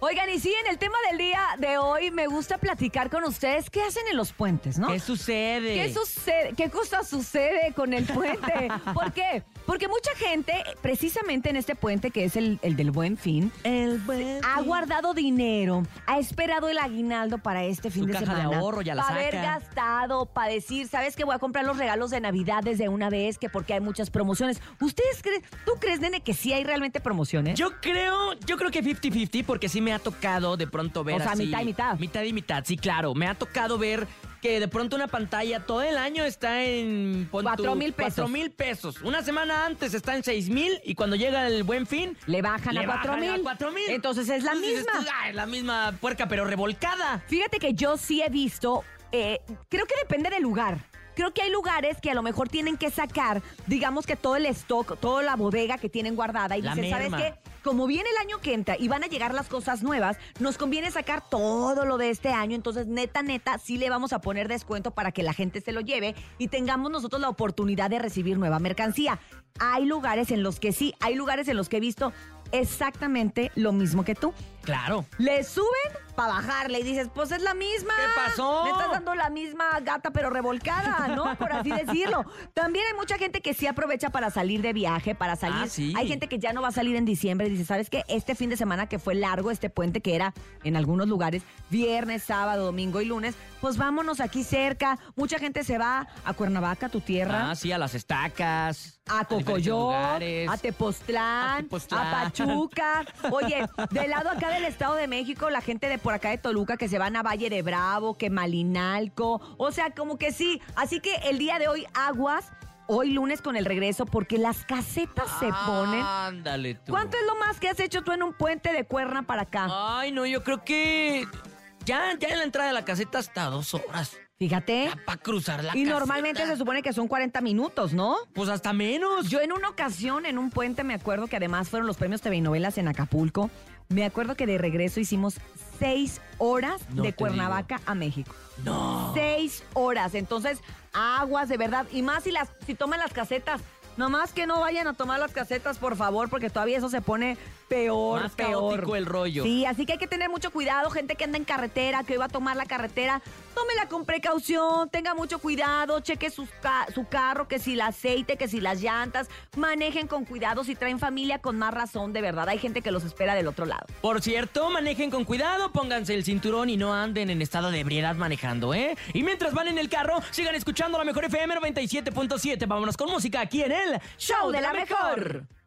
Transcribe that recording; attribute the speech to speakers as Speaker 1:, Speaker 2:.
Speaker 1: Oigan, y sí, en el tema del día de hoy me gusta platicar con ustedes qué hacen en los puentes, ¿no?
Speaker 2: ¿Qué sucede?
Speaker 1: ¿Qué sucede? ¿Qué cosa sucede con el puente? ¿Por qué? Porque mucha gente, precisamente en este puente que es el, el del Buen Fin,
Speaker 2: El buen
Speaker 1: ha
Speaker 2: fin.
Speaker 1: guardado dinero, ha esperado el aguinaldo para este fin
Speaker 2: Su
Speaker 1: de
Speaker 2: caja de
Speaker 1: semana.
Speaker 2: ahorro, ya la
Speaker 1: Para haber
Speaker 2: saca.
Speaker 1: gastado, para decir, ¿sabes qué? Voy a comprar los regalos de Navidad desde una vez, que porque hay muchas promociones. ¿Ustedes creen, tú crees, nene, que sí hay realmente promociones?
Speaker 2: Yo creo, yo creo que 50-50 porque sí me ha tocado de pronto ver
Speaker 1: O sea,
Speaker 2: así-
Speaker 1: mitad y mitad.
Speaker 2: Mitad y mitad, sí, claro. Me ha tocado ver que de pronto una pantalla todo el año está en... pon tú,
Speaker 1: Cuatro mil pesos.
Speaker 2: cuatro mil pesos. Una semana antes está en 6 mil y cuando llega el Buen Fin...
Speaker 1: Le bajan
Speaker 2: le
Speaker 1: a cuatro
Speaker 2: bajan a
Speaker 1: mil.
Speaker 2: cuatro mil.
Speaker 1: Entonces es la
Speaker 2: Entonces
Speaker 1: misma.
Speaker 2: dices tú, "Ay, la misma puerca, pero revolcada.
Speaker 1: Fíjate que yo sí he visto, eh, creo que depende del lugar. Creo que hay lugares que a lo mejor tienen que sacar, digamos que todo el stock, toda la bodega que tienen guardada y
Speaker 2: La
Speaker 1: dicen, ¿sabes
Speaker 2: merma.
Speaker 1: qué? Como viene el año que entra y van a llegar las cosas nuevas, nos conviene sacar todo lo de este año. Entonces, neta, neta, sí le vamos a poner descuento para que la gente se lo lleve y tengamos nosotros la oportunidad de recibir nueva mercancía. Hay lugares en los que sí, hay lugares en los que he visto exactamente lo mismo que tú.
Speaker 2: Claro.
Speaker 1: Le suben para bajarle y dices, pues es la misma.
Speaker 2: ¿Qué pasó?
Speaker 1: Me estás dando la misma gata pero revolcada, ¿no? Por así decirlo. También hay mucha gente que sí aprovecha para salir de viaje, para salir.
Speaker 2: Ah, sí.
Speaker 1: Hay gente que ya no va a salir en diciembre y dice, ¿sabes qué? Este fin de semana que fue largo, este puente que era en algunos lugares, viernes, sábado, domingo y lunes, pues vámonos aquí cerca. Mucha gente se va a Cuernavaca, tu tierra.
Speaker 2: Ah, sí, a las estacas.
Speaker 1: A
Speaker 2: diferentes
Speaker 1: Cocoyó,
Speaker 2: lugares.
Speaker 1: a Tepoztlán, a,
Speaker 2: A Tepoztlán.
Speaker 1: Pachuca. Oye, del lado acá del Estado de México, la gente de por acá de Toluca que se van a Valle de Bravo, que Malinalco. O sea, como que sí. Así que el día de hoy, aguas. Hoy lunes con el regreso, porque las casetas se ponen.
Speaker 2: Ándale Ah, tú. Ah,
Speaker 1: ¿Cuánto es lo más que has hecho tú en un puente de cuerna para acá?
Speaker 2: Ay, no, yo creo que ya, ya en la entrada de la caseta hasta dos horas.
Speaker 1: Fíjate.
Speaker 2: Para cruzar la
Speaker 1: ¿Eh? Y normalmente se
Speaker 2: caseta.
Speaker 1: supone que son 40 minutos, ¿no?
Speaker 2: Pues hasta menos.
Speaker 1: Yo en una ocasión, en un puente, me acuerdo que además fueron los premios TV y novelas en Acapulco. Me acuerdo que de regreso hicimos seis horas
Speaker 2: No
Speaker 1: de
Speaker 2: te Ah.
Speaker 1: Cuernavaca a México.
Speaker 2: No.
Speaker 1: Seis horas. Entonces, aguas de verdad. Y más si las, si toman las casetas. Nomás que no vayan a tomar las casetas, por favor, porque todavía eso se pone peor,
Speaker 2: Más
Speaker 1: peor.
Speaker 2: caótico el rollo.
Speaker 1: Sí, así que hay que tener mucho cuidado, gente que anda en carretera, que hoy va a tomar la carretera, tómela con precaución, tenga mucho cuidado, cheque sus ca- su carro, que si el aceite, que si las llantas, manejen con cuidado, si traen familia con más razón, de verdad, hay gente que los espera del otro lado.
Speaker 2: Por cierto, manejen con cuidado, pónganse el cinturón y no anden en estado de ebriedad manejando, ¿eh? Y mientras van en el carro, sigan escuchando la mejor FM 97.7. Vámonos con música aquí en el
Speaker 1: Show de la mejor.